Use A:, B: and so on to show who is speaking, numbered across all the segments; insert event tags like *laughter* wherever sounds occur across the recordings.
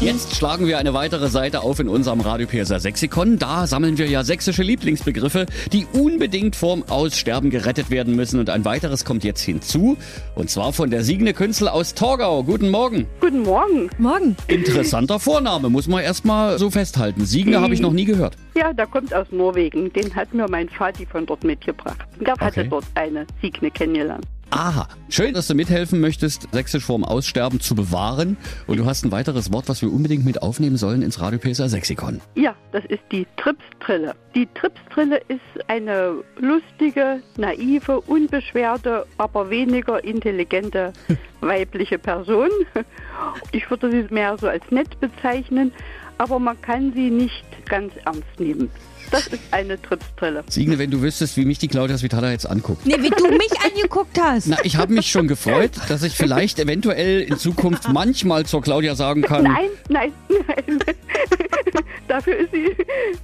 A: Jetzt schlagen wir eine weitere Seite auf in unserem Radio PSR Sexikon. Da sammeln wir ja sächsische Lieblingsbegriffe, die unbedingt vorm Aussterben gerettet werden müssen. Und ein weiteres kommt jetzt hinzu. Und zwar von der Signe Künzel aus Torgau. Guten Morgen.
B: Guten Morgen.
C: Morgen.
A: Interessanter Vorname, muss man erstmal so festhalten. Signe habe ich noch nie gehört.
B: Ja, der kommt aus Norwegen. Den hat mir mein Vati von dort mitgebracht. Der hatte
A: Okay.
B: dort eine Signe kennengelernt.
A: Aha. Schön, dass du mithelfen möchtest, sächsisch vorm Aussterben zu bewahren. Und du hast ein weiteres Wort, was wir unbedingt mit aufnehmen sollen ins Radio PSR Sexikon.
B: Ja, das ist die Tripstrille. Die Tripstrille ist eine lustige, naive, unbeschwerte, aber weniger intelligente weibliche Person. Ich würde sie mehr so als nett bezeichnen, aber man kann sie nicht ganz ernst nehmen. Das ist eine Tripstrille.
A: Signe, wenn du wüsstest, wie mich die Claudia Svitala jetzt anguckt.
C: Nee, wie du mich angeguckt hast.
A: Na, ich habe mich schon gefreut, dass ich vielleicht eventuell in Zukunft manchmal zur Claudia sagen kann.
B: Nein, nein, nein. *laughs* Dafür ist sie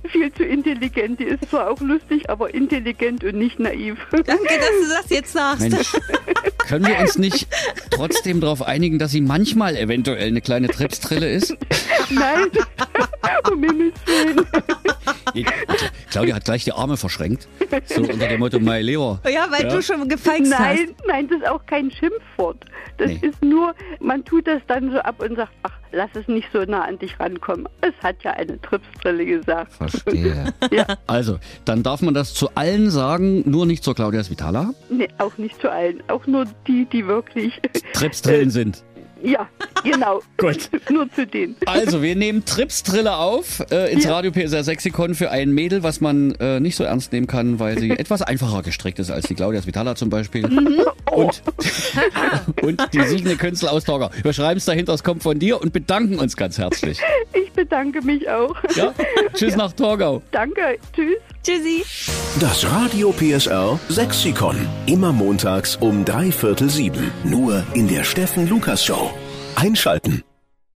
B: viel zu intelligent. Die ist zwar auch lustig, aber intelligent und nicht naiv. *laughs*
C: Danke, dass du das jetzt sagst.
A: Mensch, können wir uns nicht trotzdem darauf einigen, dass sie manchmal eventuell eine kleine Tripstrille ist?
B: *laughs* Nein, um Himmels Willen.
A: Claudia hat gleich die Arme verschränkt. So unter dem Motto, my Leo.
C: Ja, weil
A: Ja.
C: du schon gefeixt hast.
B: Nein, nein, das ist auch kein Schimpfwort. Das
A: Nee.
B: ist nur, man tut das dann so ab und sagt, ach, lass es nicht so nah an dich rankommen. Es hat ja eine Tripsbrille gesagt.
A: Verstehe.
B: Ja.
A: Also, dann darf man das zu allen sagen, nur nicht zur Claudia Svitala.
B: Nee, auch nicht zu allen. Auch nur die, die wirklich. *laughs*
A: Tripstrillen sind.
B: Ja, genau.
A: Gut.
B: Nur zu denen.
A: Also, wir nehmen Tripstrille auf äh, ins
B: Ja.
A: Radio PSR Sexikon für ein Mädel, was man äh, nicht so ernst nehmen kann, weil sie etwas einfacher gestrickt ist als die Claudia Svitala zum Beispiel. Und, *laughs* und die Signe Künzel aus Torgau. Wir schreiben es dahinter, es kommt von dir und bedanken uns ganz herzlich.
B: Ich bedanke mich auch.
A: Ja? Tschüss nach Torgau.
B: Danke. Tschüss.
C: Tschüssi.
D: Das Radio PSR Sexikon. Immer montags um drei Viertel sieben. Nur in der Steffen Lukas Show. Einschalten.